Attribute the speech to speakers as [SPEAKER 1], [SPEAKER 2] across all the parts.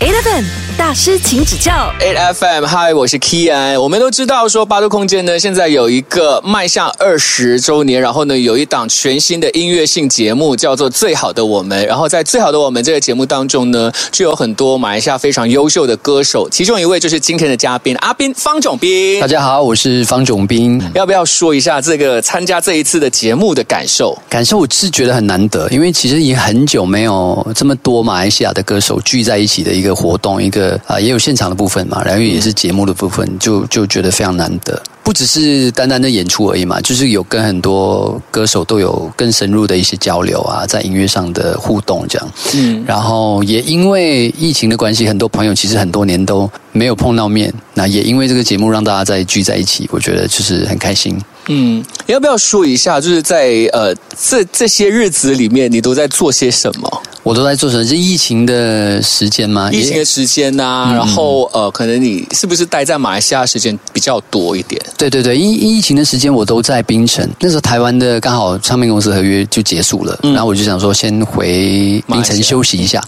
[SPEAKER 1] Seven 大师，请指教。
[SPEAKER 2] 8 FM，嗨，我是 Kian。我们都知道说八度空间呢，现在有一个迈向二十周年，然后呢有一档全新的音乐性节目叫做《最好的我们》。然后在《最好的我们》这个节目当中呢，就有很多马来西亚非常优秀的歌手，其中一位就是今天的嘉宾阿斌方炯斌
[SPEAKER 3] 大。家好，我是方炯斌。
[SPEAKER 2] 要不要说一下这个参加这一次的节目的感受？
[SPEAKER 3] 感受我是觉得很难得，因为其实已经很久没有这么多马来西亚的歌手聚在一起的一个活动，一个啊、也有现场的部分嘛，然后也是节目的部分，就就觉得非常难得。不只是单单的演出而已嘛，就是有跟很多歌手都有更深入的一些交流啊，在音乐上的互动这样。
[SPEAKER 2] 嗯，
[SPEAKER 3] 然后也因为疫情的关系，很多朋友其实很多年都没有碰到面，那也因为这个节目让大家再聚在一起，我觉得就是很开心。
[SPEAKER 2] 嗯，要不要说一下，就是在呃这这些日子里面，你都在做些什么？
[SPEAKER 3] 我都在做什么？是疫情的时间吗？
[SPEAKER 2] 疫情
[SPEAKER 3] 也
[SPEAKER 2] 啊的时间
[SPEAKER 3] 嗯
[SPEAKER 2] 呐、然后呃，可能你是不是待在马来西亚时间比较多一点？
[SPEAKER 3] 对对对，疫疫情的时间我都在槟城。那时候台湾的刚好唱片公司合约就结束
[SPEAKER 2] 嗯
[SPEAKER 3] 了，然后我就想说先回
[SPEAKER 2] 马来
[SPEAKER 3] 槟
[SPEAKER 2] 西亚
[SPEAKER 3] 城休息一下，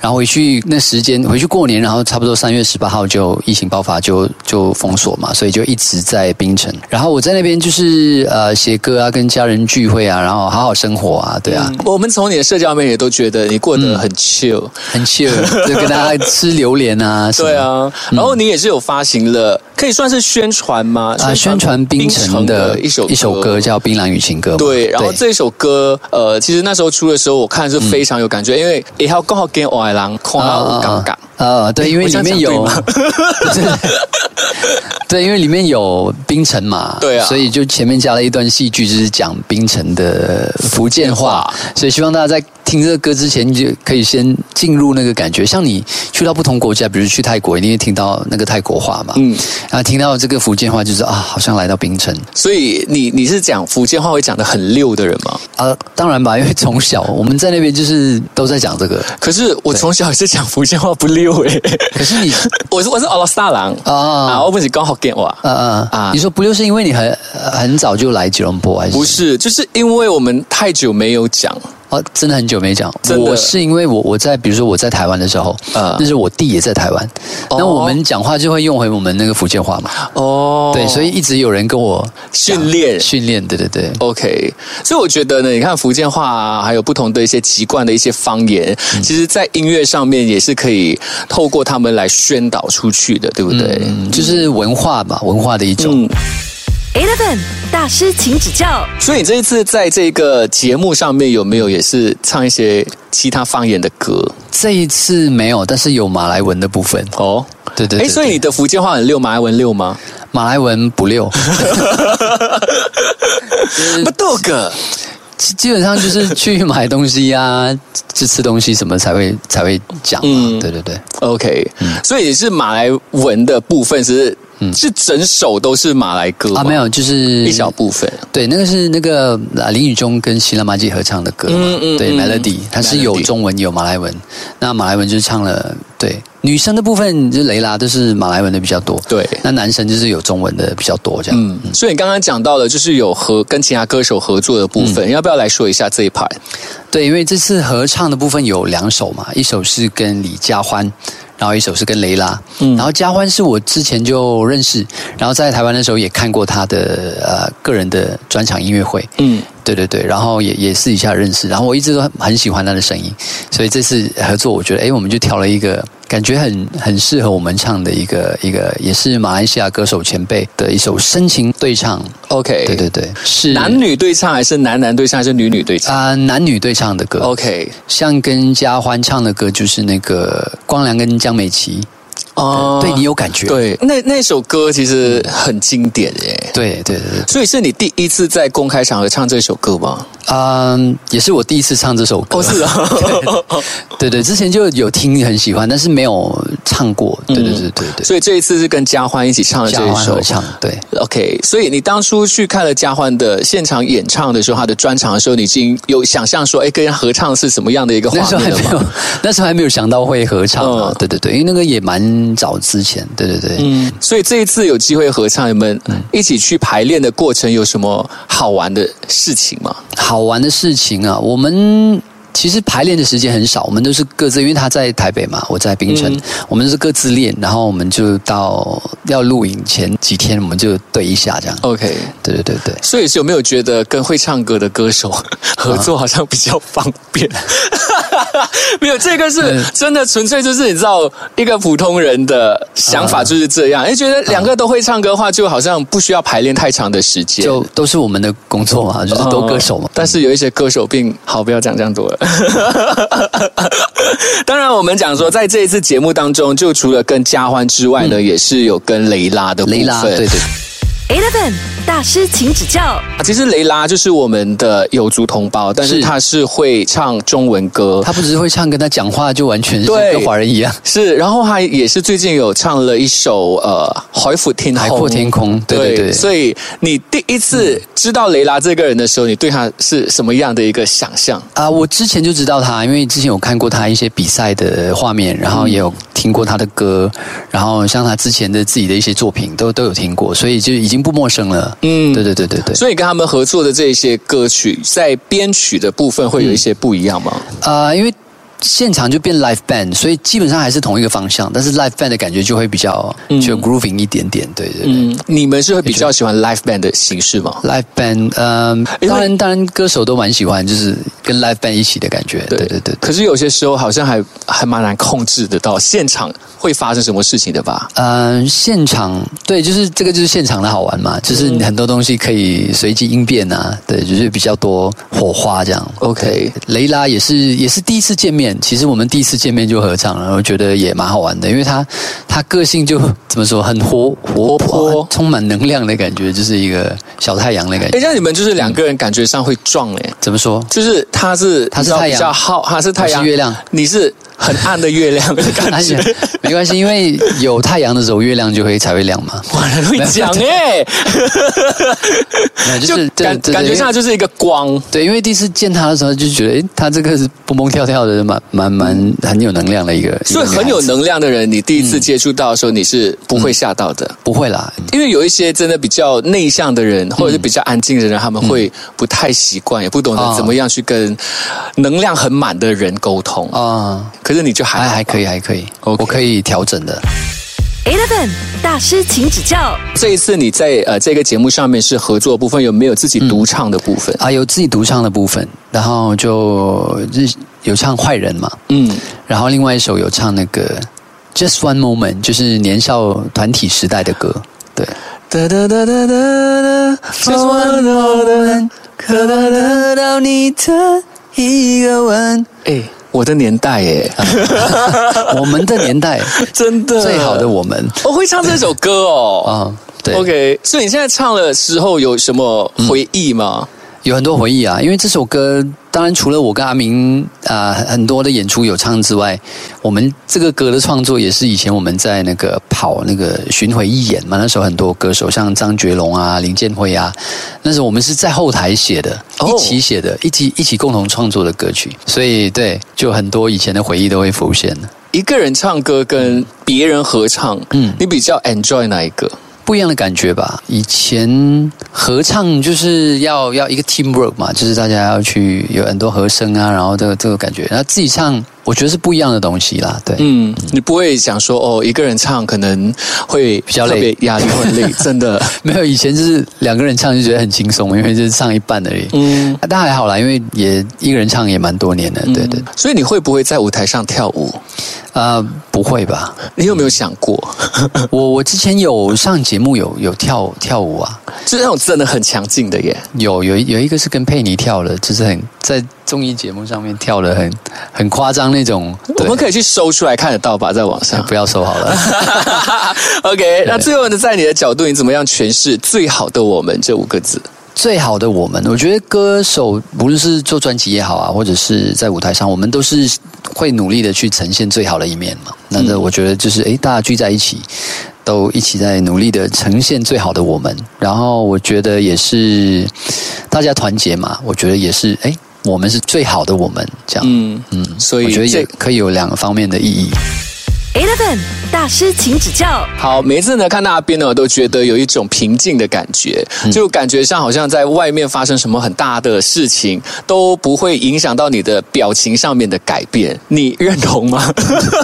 [SPEAKER 3] 然后回去那时间回去过年，然后差不多三月十八号就疫情爆发就就封锁嘛，所以就一直在槟城。然后我在那边就是呃写歌啊，跟家人聚会啊，然后好好生活啊，对啊，
[SPEAKER 2] 我们从你的社交媒体都觉得你过
[SPEAKER 3] 嗯
[SPEAKER 2] 得很 chill，、
[SPEAKER 3] 很 chill，就跟大家吃榴莲啊，什么
[SPEAKER 2] 对啊，然后你也是有发行了，可以算是宣传吗？
[SPEAKER 3] 啊、宣传槟城的
[SPEAKER 2] 一首
[SPEAKER 3] 一首歌叫《槟榔与情歌》嘛。
[SPEAKER 2] 对，然后这首歌，呃，其实那时候出的时候，我看是非常有感觉，因为也还刚好跟我爱郎空啊杠杠，
[SPEAKER 3] 嗯啊，对，因为
[SPEAKER 2] 我这
[SPEAKER 3] 里
[SPEAKER 2] 样
[SPEAKER 3] 面有
[SPEAKER 2] 讲，
[SPEAKER 3] 对，因为里面有冰城嘛，
[SPEAKER 2] 对啊
[SPEAKER 3] 所以就前面加了一段戏剧，就是讲冰城的福建话，所以希望大家在听这个歌之前，就可以先进入那个感觉。像你去到不同国家，比如去泰国，一定会听到那个泰国话嘛，
[SPEAKER 2] 嗯，
[SPEAKER 3] 然后听到这个福建话，就是啊，好像来到冰城。
[SPEAKER 2] 所以你你是讲福建话会讲的很溜的人吗？
[SPEAKER 3] 啊，当然吧，因为从小我们在那边就是都在讲这个，
[SPEAKER 2] 可是我从小也是讲福建话不溜欸诶、
[SPEAKER 3] 可是你
[SPEAKER 2] 我是我是俄罗斯大郎
[SPEAKER 3] 啊
[SPEAKER 2] 啊，我不是刚好给我啊。
[SPEAKER 3] 啊啊
[SPEAKER 2] 啊
[SPEAKER 3] 啊！你说不就是因为你很呃很早就来吉隆坡，还是
[SPEAKER 2] 不是，就是因为我们太久没有讲，
[SPEAKER 3] 哦，真的很久没讲
[SPEAKER 2] 真。的
[SPEAKER 3] 我是因为我我在比如说我在台湾的时候，
[SPEAKER 2] 嗯
[SPEAKER 3] 那时候我弟也在台湾，
[SPEAKER 2] 哦
[SPEAKER 3] 那我们讲话就会用回我们那个福建话嘛。
[SPEAKER 2] 哦
[SPEAKER 3] 对，所以一直有人跟我讲
[SPEAKER 2] 训练
[SPEAKER 3] 训练，对对对。
[SPEAKER 2] OK，所以我觉得呢，你看福建话啊，还有不同的一些籍贯的一些方言，
[SPEAKER 3] 嗯
[SPEAKER 2] 其实，在音乐上面也是可以透过他们来宣导出去的，对不对？
[SPEAKER 3] 嗯，就是文化吧，文化的一种。
[SPEAKER 2] 嗯，
[SPEAKER 1] Eleven 大师，请指教。
[SPEAKER 2] 所以你这一次在这个节目上面有没有也是唱一些其他方言的歌？
[SPEAKER 3] 这一次没有，但是有马来文的部分。
[SPEAKER 2] 哦，
[SPEAKER 3] 对对对
[SPEAKER 2] 哎，所以你的福建话很溜，马来文溜吗？
[SPEAKER 3] 马来文不溜，
[SPEAKER 2] 不逗个，
[SPEAKER 3] 基基本上就是去买东西啊， 吃吃东西什么才会才会讲嘛。
[SPEAKER 2] 嗯
[SPEAKER 3] 对对对。
[SPEAKER 2] OK，、所以也是马来文的部分是、是整首都是马来歌
[SPEAKER 3] 嗯啊，
[SPEAKER 2] 吗
[SPEAKER 3] 没有，嗯就是
[SPEAKER 2] 一小部分。
[SPEAKER 3] 对，那个是那个啊林宇中跟希拉玛吉合唱的歌嘛，
[SPEAKER 2] 嗯嗯
[SPEAKER 3] 对
[SPEAKER 2] 嗯
[SPEAKER 3] ，Melody，它是有
[SPEAKER 2] Melody
[SPEAKER 3] 中文有马来文，那马来文就是唱了，对，女生的部分就是雷拉都是马来文的比较多，
[SPEAKER 2] 对
[SPEAKER 3] 那男生就是有中文的比较多这样。
[SPEAKER 2] 嗯，所以你刚刚讲到了，就是有和跟其他歌手合作的部
[SPEAKER 3] 嗯
[SPEAKER 2] 分，要不要来说一下这一 part？
[SPEAKER 3] 对，因为这次合唱的部分有两首嘛，一首是跟李佳欢，然后一首是跟雷拉。
[SPEAKER 2] 嗯
[SPEAKER 3] 然后佳欢是我之前就认识，然后在台湾的时候也看过他的呃个人的专场音乐会。
[SPEAKER 2] 嗯，
[SPEAKER 3] 对对对，然后也也私底下认识，然后我一直都很很喜欢他的声音，所以这次合作，我觉得哎，我们就挑了一个感觉很很适合我们唱的一个一个，也是马来西亚歌手前辈的一首深情对唱。
[SPEAKER 2] OK
[SPEAKER 3] 对对对，是
[SPEAKER 2] 男女对唱还是男男对唱还是女女对唱、
[SPEAKER 3] 啊、男女嗯对唱的歌
[SPEAKER 2] o k
[SPEAKER 3] 像跟嘉欢唱的歌就是那个光良跟江美琪，
[SPEAKER 2] 哦
[SPEAKER 3] 对你有感觉？
[SPEAKER 2] 对，那那首歌其实很经典耶。
[SPEAKER 3] 对对对对，
[SPEAKER 2] 所以是你第一次在公开场合唱这首歌吗？
[SPEAKER 3] 嗯，也是我第一次唱这首歌。
[SPEAKER 2] 哦，是啊，
[SPEAKER 3] 对对，之前就有听很喜欢，但是没有唱过。对对对对 对，
[SPEAKER 2] 所以这一次是跟嘉欢一起唱的嗯这
[SPEAKER 3] 嘉
[SPEAKER 2] 一
[SPEAKER 3] 欢
[SPEAKER 2] 首
[SPEAKER 3] 合。唱，对。
[SPEAKER 2] OK，所以你当初去看了嘉欢的现场演唱的时候，他的专场的时候，你已经有想象说，哎，跟他合唱是什么样的一个画
[SPEAKER 3] 那时候
[SPEAKER 2] 面
[SPEAKER 3] 还
[SPEAKER 2] 了
[SPEAKER 3] 没
[SPEAKER 2] 吗？
[SPEAKER 3] 有， 那时候还没有想到会合唱啊
[SPEAKER 2] 嗯！
[SPEAKER 3] 对对对，因为那个也蛮早之前，对对对。
[SPEAKER 2] 嗯，所以这一次有机会合唱，你们一起去排练的过程有什么好玩的事情吗？
[SPEAKER 3] 好玩的事情啊，我们其实排练的时间很少，我们都是各自，因为他在台北嘛，我在槟城，
[SPEAKER 2] 嗯
[SPEAKER 3] 我们都是各自练，然后我们就到要录影前几天，我们就对一下这样。
[SPEAKER 2] OK，
[SPEAKER 3] 对对对对，
[SPEAKER 2] 所以是有没有觉得跟会唱歌的歌手合作好像比较方 便？没有，这个是真的，纯粹就是你知道一个普通人的想
[SPEAKER 3] 啊
[SPEAKER 2] 法就是这样，哎，觉得两个都会唱歌的话，就好像不需要排练太长的时间，
[SPEAKER 3] 就都是我们的工作嘛，就是都歌手嘛
[SPEAKER 2] 哦。但是有一些歌手病，好，不要讲这样多了。 当然，我们讲说，在这一次节目当中，就除了跟嘉欢之外呢，也是有跟雷拉的部分
[SPEAKER 3] 雷嗯拉，对对。
[SPEAKER 1] Eleven 大师，请指教。
[SPEAKER 2] 啊其实雷拉就是我们的有族同胞，但是
[SPEAKER 3] 是
[SPEAKER 2] 他是会唱中文歌。
[SPEAKER 3] 他不只是会唱，跟他讲话就完全是
[SPEAKER 2] 对
[SPEAKER 3] 跟华人一样，
[SPEAKER 2] 是，然后他也是最近有唱了一首呃《海阔天空》。
[SPEAKER 3] 海阔天空，对对对，
[SPEAKER 2] 所以你第一次知道雷拉这个人的时候，你对他是什么样的一个想象？
[SPEAKER 3] 啊、我之前就知道他，因为之前有看过他一些比赛的画面，然
[SPEAKER 2] 嗯
[SPEAKER 3] 后也有听过他的歌，然后像他之前的自己的一些作品都都有听过，所以就已经不陌生了。
[SPEAKER 2] 嗯
[SPEAKER 3] 嗯，对对对对对。
[SPEAKER 2] 所以跟他们合作的这些歌曲，在编曲的部分会有一些不一样吗？
[SPEAKER 3] 啊、因为现场就变 live band，所以基本上还是同一个方向，但是 live band 的感觉就会比较就 grooving 一点点，对对对。
[SPEAKER 2] 嗯，你们是会比较喜欢 live band 的形式吗？
[SPEAKER 3] live band，嗯、
[SPEAKER 2] 因为
[SPEAKER 3] 当然，当然，歌手都蛮喜欢，就是跟 live band 一起的感觉。对对对对。
[SPEAKER 2] 可是有些时候好像还还蛮难控制得到现场会发生什么事情的吧？
[SPEAKER 3] 嗯，现场对，就是这个就是现场的好玩
[SPEAKER 2] 嗯
[SPEAKER 3] 嘛，就是你很多东西可以随机应变啊，对，就是比较多火花这样。
[SPEAKER 2] OK
[SPEAKER 3] 对雷拉也是也是第一次见面，其实我们第一次见面就合唱了，然后觉得也蛮好玩的，因为他他个性就怎么说，很活活泼，
[SPEAKER 2] 活泼
[SPEAKER 3] 充满能量的感觉，就是一个小太阳的感
[SPEAKER 2] 哎，
[SPEAKER 3] 觉。
[SPEAKER 2] 像你们就是两个人感觉上会撞哎、
[SPEAKER 3] 怎 么说？
[SPEAKER 2] 就是他是
[SPEAKER 3] 他
[SPEAKER 2] 你
[SPEAKER 3] 是
[SPEAKER 2] 知道
[SPEAKER 3] 太阳
[SPEAKER 2] 比较好，他是太阳，
[SPEAKER 3] 我是月亮，
[SPEAKER 2] 你是很暗的月亮的 感觉，
[SPEAKER 3] 哎没关系，因为有太阳的时候，月亮就会才会亮嘛。
[SPEAKER 2] 哇，很会 讲哎、
[SPEAKER 3] 没有
[SPEAKER 2] 就
[SPEAKER 3] 就是对
[SPEAKER 2] 感
[SPEAKER 3] 对对
[SPEAKER 2] 感觉上就是一个光。
[SPEAKER 3] 对，因为第一次见他的时候就觉得，诶，他这个是蹦蹦跳跳的，蛮蛮蛮很有能量的一个，
[SPEAKER 2] 所以
[SPEAKER 3] 一个女孩
[SPEAKER 2] 很有
[SPEAKER 3] 子
[SPEAKER 2] 能量的人，你第一
[SPEAKER 3] 嗯
[SPEAKER 2] 次接触到的时候，你是不会吓到的。
[SPEAKER 3] 不会啦，
[SPEAKER 2] 因为有一些真的比较内向的人，或者是比较安静的人，他们会
[SPEAKER 3] 嗯
[SPEAKER 2] 不太习惯，也不懂得
[SPEAKER 3] 哦
[SPEAKER 2] 怎么样去跟能量很满的人沟通。
[SPEAKER 3] 啊、
[SPEAKER 2] 可是你就还
[SPEAKER 3] 还还
[SPEAKER 2] 还
[SPEAKER 3] 可以，还可以
[SPEAKER 2] 嗯 OK
[SPEAKER 3] 我可以调整的。
[SPEAKER 1] Eleven 大师，请指教。
[SPEAKER 3] 哎
[SPEAKER 2] 这一次你在呃这个节目上面是合作的部分，有没有自
[SPEAKER 3] 嗯
[SPEAKER 2] 己独唱的部分？
[SPEAKER 3] 啊，有自己独唱的部分，然后就就是有唱坏人嘛，
[SPEAKER 2] 嗯，
[SPEAKER 3] 然后另外一首有唱那个 Just One Moment，就是年少团体时代的歌，对。
[SPEAKER 2] 哒哒哒哒哒哒
[SPEAKER 3] ，Just one moment，可能得到你的一 个吻。
[SPEAKER 2] 哎，我的年代耶，
[SPEAKER 3] 我们的年代，
[SPEAKER 2] 真的
[SPEAKER 3] 哎最好的我们
[SPEAKER 2] 我会唱这首歌哦。
[SPEAKER 3] 啊、对
[SPEAKER 2] OK，所以你现在唱了之后有什么回忆吗？
[SPEAKER 3] 有很多回忆啊，因为这首歌，当然除了我跟阿明啊、很多的演出有唱之外，我们这个歌的创作也是以前我们在那个跑那个巡回义演嘛，那时候很多歌手像张学龙啊、林建辉啊，那时候我们是在后台写的，
[SPEAKER 2] 哦
[SPEAKER 3] 一起写的，一起一起共同创作的歌曲，所以对，就很多以前的回忆都会浮现。
[SPEAKER 2] 一个人唱歌跟别人合唱，嗯
[SPEAKER 3] 嗯，
[SPEAKER 2] 你比较 enjoy 哪一个？
[SPEAKER 3] 不一样的感觉吧。以前合唱就是要要一个 teamwork 嘛，就是大家要去有很多和声啊，然后这个这个感觉，然后自己唱，我觉得是不一样的东西啦。对，
[SPEAKER 2] 嗯，你不会想说哦，一个人唱可能会比
[SPEAKER 3] 较累
[SPEAKER 2] 压力会很 累，真的。
[SPEAKER 3] 没有以前就是两个人唱就觉得很轻松，因为就是唱一半而已。
[SPEAKER 2] 嗯，
[SPEAKER 3] 啊但还好啦，因为也一个人唱也蛮多年的，对对。
[SPEAKER 2] 所以你会不会在舞台上跳舞？
[SPEAKER 3] 啊、不会吧？
[SPEAKER 2] 你有没有想 过，
[SPEAKER 3] 我我之前有上节目有有跳跳舞啊，
[SPEAKER 2] 就是那种真的很强劲的耶？
[SPEAKER 3] 有有一有一个是跟佩妮跳了，就是很在综艺节目上面跳了很很夸张那种。
[SPEAKER 2] 我
[SPEAKER 3] 对
[SPEAKER 2] 们可以去搜出来看得到吧，在网 上。
[SPEAKER 3] 不要说好了。
[SPEAKER 2] OK，那最后呢，在你的角度，你怎么样诠释“最好的我们”这五个字？
[SPEAKER 3] 最好的我们，我觉得歌手无论是做专辑也好啊，或者是在舞台上，我们都是会努力的去呈现最好的一面嘛。那
[SPEAKER 2] 嗯
[SPEAKER 3] 这我觉得就是，诶，大家聚在一起，都一起在努力的呈现最好的我们。然后我觉得也是大家团结嘛，我觉得也是，诶，我们是最好的我们这样。
[SPEAKER 2] 嗯嗯，所
[SPEAKER 3] 我
[SPEAKER 2] 以
[SPEAKER 3] 觉得也
[SPEAKER 2] 这
[SPEAKER 3] 可以有两个方面的意义。
[SPEAKER 1] Eleven 大大师请指教。
[SPEAKER 2] 好，每一次呢看到阿边呢，我都觉得有一种平静的感觉，
[SPEAKER 3] 嗯
[SPEAKER 2] 就感觉上好像在外面发生什么很大的事情都不会影响到你的表情上面的改变，你认同吗？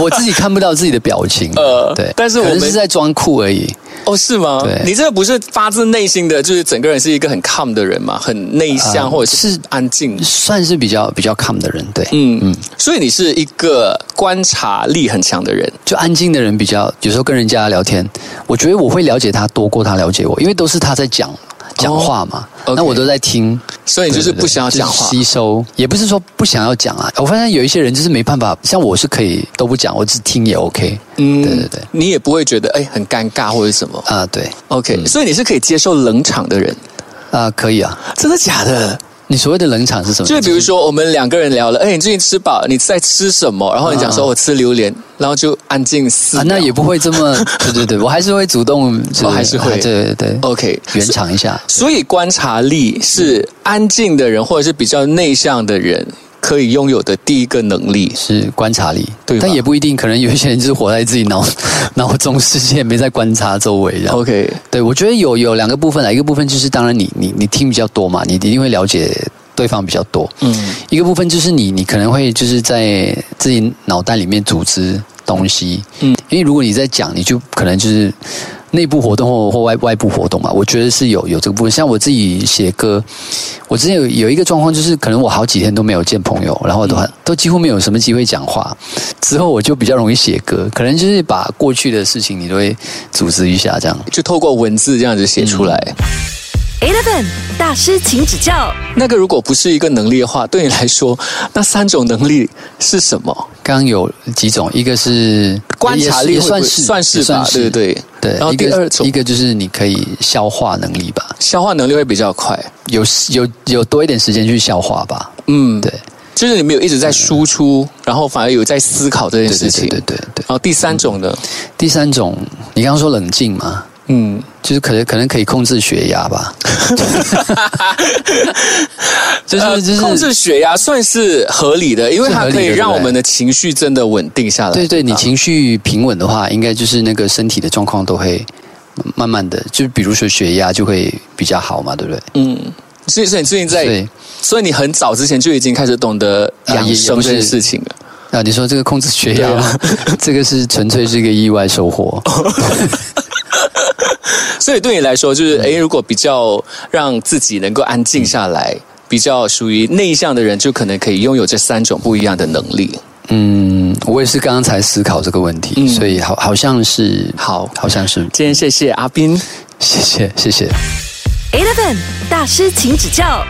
[SPEAKER 3] 我自己看不到自己的表情，
[SPEAKER 2] 呃
[SPEAKER 3] 对，
[SPEAKER 2] 但是我
[SPEAKER 3] 可能
[SPEAKER 2] 们
[SPEAKER 3] 是在装酷而已。
[SPEAKER 2] 哦，是吗？
[SPEAKER 3] 对
[SPEAKER 2] 你这个不是发自内心的，就是整个人是一个很 calm 的人嘛，很内向、
[SPEAKER 3] 呃
[SPEAKER 2] 或者是
[SPEAKER 3] 是
[SPEAKER 2] 安静。
[SPEAKER 3] 算是比较比较 calm 的人，对，
[SPEAKER 2] 嗯嗯，所以你是一个观察力很强的人。
[SPEAKER 3] 就安静的人比较，有时候跟人家聊天，我觉得我会了解他多过他了解我，因为都是他在讲讲话嘛，
[SPEAKER 2] 哦 OK
[SPEAKER 3] 那我都在听，
[SPEAKER 2] 所以你就是不想要讲
[SPEAKER 3] 就
[SPEAKER 2] 话
[SPEAKER 3] 是吸收，也不是说不想要讲啊。我发现有一些人就是没办法，像我是可以都不讲，我只听也 OK
[SPEAKER 2] 嗯
[SPEAKER 3] 对对对，
[SPEAKER 2] 你也不会觉得哎很尴尬或者什么。
[SPEAKER 3] 啊，对
[SPEAKER 2] OK，、所以你是可以接受冷场的人，
[SPEAKER 3] 啊，可以啊。
[SPEAKER 2] 真的假的？
[SPEAKER 3] 你所谓的冷场是什么？
[SPEAKER 2] 就是比如说我们两个人聊了，哎，你最近吃饱？你在吃什么？然后你讲说
[SPEAKER 3] 啊
[SPEAKER 2] 我吃榴莲，然后就安静四
[SPEAKER 3] 啊，
[SPEAKER 2] 秒。
[SPEAKER 3] 那也不会这么，对对对，我还是会主动， 就
[SPEAKER 2] 哦还是会哦
[SPEAKER 3] 啊对对对
[SPEAKER 2] OK
[SPEAKER 3] 圆场一下。
[SPEAKER 2] 所以观察力是安静的人或者是比较内向的人可以拥有的第一个能力。
[SPEAKER 3] 是观察力，
[SPEAKER 2] 对吧
[SPEAKER 3] 但也不一定，可能有一些人就是活在自己脑 脑中世界，没在观察周围这样。
[SPEAKER 2] OK，
[SPEAKER 3] 对，我觉得有有两个部分啦，一个部分就是当然你你你听比较多嘛，你一定会了解对方比较多。
[SPEAKER 2] 嗯，
[SPEAKER 3] 一个部分就是你你可能会就是在自己脑袋里面组织东西，
[SPEAKER 2] 嗯
[SPEAKER 3] 嗯，因为如果你在讲，你就可能就是内部活动或或外外部活动嘛，我觉得是有有这个部分。像我自己写歌，我之前有有一个状况就是，可能我好几天都没有见朋友，然后都、都几乎没有什么机会讲话，之后我就比较容易写歌，可能就是把过去的事情你都会组织一下这样。
[SPEAKER 2] 就透过文字这样子写出来。
[SPEAKER 1] Eleven 大师请指教
[SPEAKER 2] 那个如果不是一个能力的话，对你来说，那三种能力是什么？
[SPEAKER 3] 刚刚有几种，一个是
[SPEAKER 2] 观察力
[SPEAKER 3] 也
[SPEAKER 2] 会不会
[SPEAKER 3] 算是
[SPEAKER 2] 算是
[SPEAKER 3] 也
[SPEAKER 2] 吧，对不对？
[SPEAKER 3] 对，
[SPEAKER 2] 然后
[SPEAKER 3] 一
[SPEAKER 2] 第
[SPEAKER 3] 个
[SPEAKER 2] 二种
[SPEAKER 3] 一个就是你可以消化能力吧，
[SPEAKER 2] 消化能力会比较快。
[SPEAKER 3] 有有有多一点时间去消化吧。
[SPEAKER 2] 嗯，
[SPEAKER 3] 对，
[SPEAKER 2] 就是你没有一直在输出，然后反而有在思考这件
[SPEAKER 3] 对
[SPEAKER 2] 事
[SPEAKER 3] 对
[SPEAKER 2] 情。
[SPEAKER 3] 对对对对
[SPEAKER 2] 然。后第三种呢？
[SPEAKER 3] 第三种，你刚刚说冷静嘛，
[SPEAKER 2] 嗯，
[SPEAKER 3] 就是可能可能可以控制血压吧， 就是、
[SPEAKER 2] 呃
[SPEAKER 3] 就是
[SPEAKER 2] 控制血压算是合理的，因为
[SPEAKER 3] 是
[SPEAKER 2] 它
[SPEAKER 3] 合理
[SPEAKER 2] 可
[SPEAKER 3] 的
[SPEAKER 2] 以
[SPEAKER 3] 对不
[SPEAKER 2] 让我
[SPEAKER 3] 对
[SPEAKER 2] 们的情绪真的稳定下来。啊
[SPEAKER 3] 对对，你情绪平稳的话，应该就是那个身体的状况都会慢慢的，就比如说血压就会比较好嘛，对不对？
[SPEAKER 2] 嗯，所以所以你最近在，
[SPEAKER 3] 对
[SPEAKER 2] 所以你很早之前就已经开始懂得
[SPEAKER 3] 啊也
[SPEAKER 2] 养
[SPEAKER 3] 也
[SPEAKER 2] 生
[SPEAKER 3] 不
[SPEAKER 2] 这件
[SPEAKER 3] 是
[SPEAKER 2] 事情了。
[SPEAKER 3] 啊，你说这个控制血
[SPEAKER 2] 对
[SPEAKER 3] 压，
[SPEAKER 2] 啊
[SPEAKER 3] 这个是纯粹是一个意外 收获。
[SPEAKER 2] 所以对你来说，
[SPEAKER 3] 嗯
[SPEAKER 2] 就是诶，如果比较让自己能够安静下
[SPEAKER 3] 嗯
[SPEAKER 2] 来，比较属于内向的人，就可能可以拥有这三种不一样的能力。
[SPEAKER 3] 嗯，我也是刚刚才思考这个问题，
[SPEAKER 2] 嗯
[SPEAKER 3] 所以好好像是
[SPEAKER 2] 好
[SPEAKER 3] 好像是，
[SPEAKER 2] 今天谢谢阿斌。
[SPEAKER 3] 谢谢谢谢。
[SPEAKER 1] ，Eleven 大师请指教。